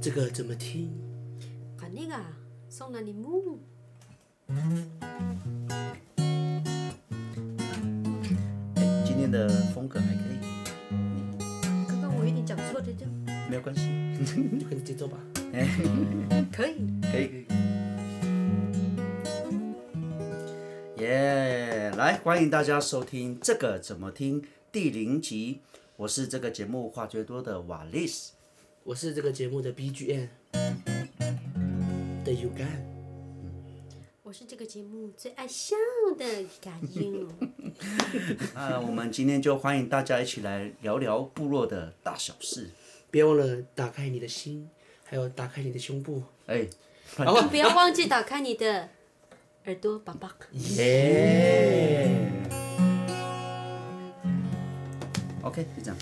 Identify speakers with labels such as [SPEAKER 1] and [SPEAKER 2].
[SPEAKER 1] 这个怎么听？
[SPEAKER 2] 干那个啊送了你木，
[SPEAKER 3] 哎，今天的风格还可以，
[SPEAKER 2] 刚刚我有点讲错的，就
[SPEAKER 3] 没有关系。
[SPEAKER 1] 就跟着节奏吧。
[SPEAKER 3] 哎，
[SPEAKER 2] 可以。
[SPEAKER 3] 可以可以。耶来，欢迎大家收听这个怎么听第零集，我是这个节目话最多的瓦力斯。
[SPEAKER 1] 我是这个节目的 BGM 的 y 干，
[SPEAKER 2] 我是这个节目最爱笑的感应，
[SPEAKER 3] 那我们今天就欢迎大家一起来聊聊部落的大小事。
[SPEAKER 1] 别忘了打开你的心，还有打开你的胸部。
[SPEAKER 3] 哎，
[SPEAKER 2] 不要忘记打开你的耳朵，宝宝。
[SPEAKER 3] 耶、o k 就这样。